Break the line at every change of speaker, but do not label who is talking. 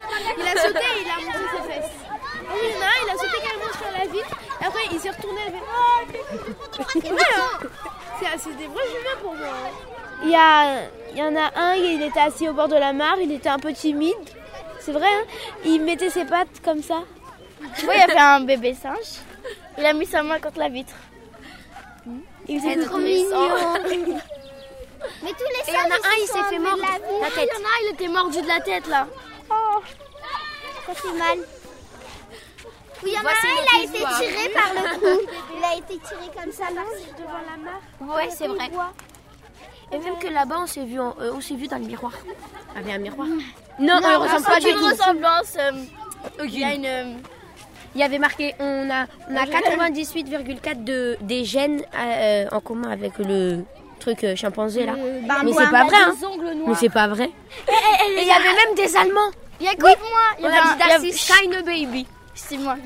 Il a sauté et il a montré ses fesses. Oui, il y en a un, il a sauté carrément sur la vitre. Et après, il s'est retourné. Il fait... Ouais, hein. C'est assez des vrais humains pour moi. hein.
Il y, a- il y en a un, il était assis au bord de la mare, il était un peu timide. C'est vrai, hein il mettait ses pattes comme ça.
Oui, il a fait un bébé singe. Il a mis sa main contre la vitre.
Il faisait
trop mignon.
Mais tous les
Et il y en a un, il s'est fait mordre
la
la
vie.
tête.
Il y en a un, il était mordu de la tête là.
Ça fait mal. Oui, il y en a
Voici
un,
notre
il a été
histoire.
tiré par le cou. Il a été tiré comme ça par devant la mare.
Ouais, c'est vrai. Et même que là-bas, on s'est vu, en- euh, on s'est vu dans le miroir.
Ah,
Avec un miroir. Non, on ressemble pas du
Aucune
tout.
ressemblance. euh, il y a une. euh,
Il y avait marqué on a, on
Ah,
a 98,4 de, des gènes euh, en commun avec le truc euh, chimpanzé là.
ben,
Mais c'est pas vrai, hein. Mais c'est pas vrai. Et il y avait même des Allemands.
Il y a quoi de moi Il y
On
avait
a
un-
dit
il y avait-
Darcy Shine Baby.
C'est moi.